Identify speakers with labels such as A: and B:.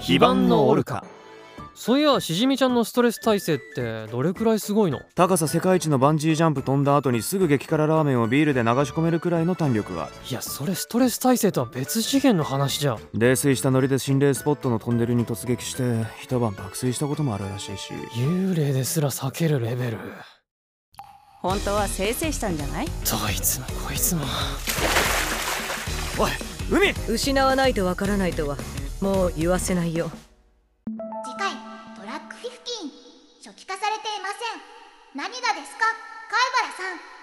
A: 非番のオルカ
B: そういやしじみちゃんのストレス耐性ってどれくらいすごいの
A: 高さ世界一のバンジージャンプ飛んだ後にすぐ激辛ラーメンをビールで流し込めるくらいの弾力がある
B: いやそれストレス耐性とは別次元の話じゃん
A: 泥酔したノリで心霊スポットのトンネルに突撃して一晩爆睡したこともあるらしいし
B: 幽霊ですら避けるレベル
C: 本当はせいせいしたんじゃない
B: どいつもこいつも
A: 海
D: 失わないとわからないとはもう言わせないよ
E: 次回トラック15初期化されていません何がですか貝原さん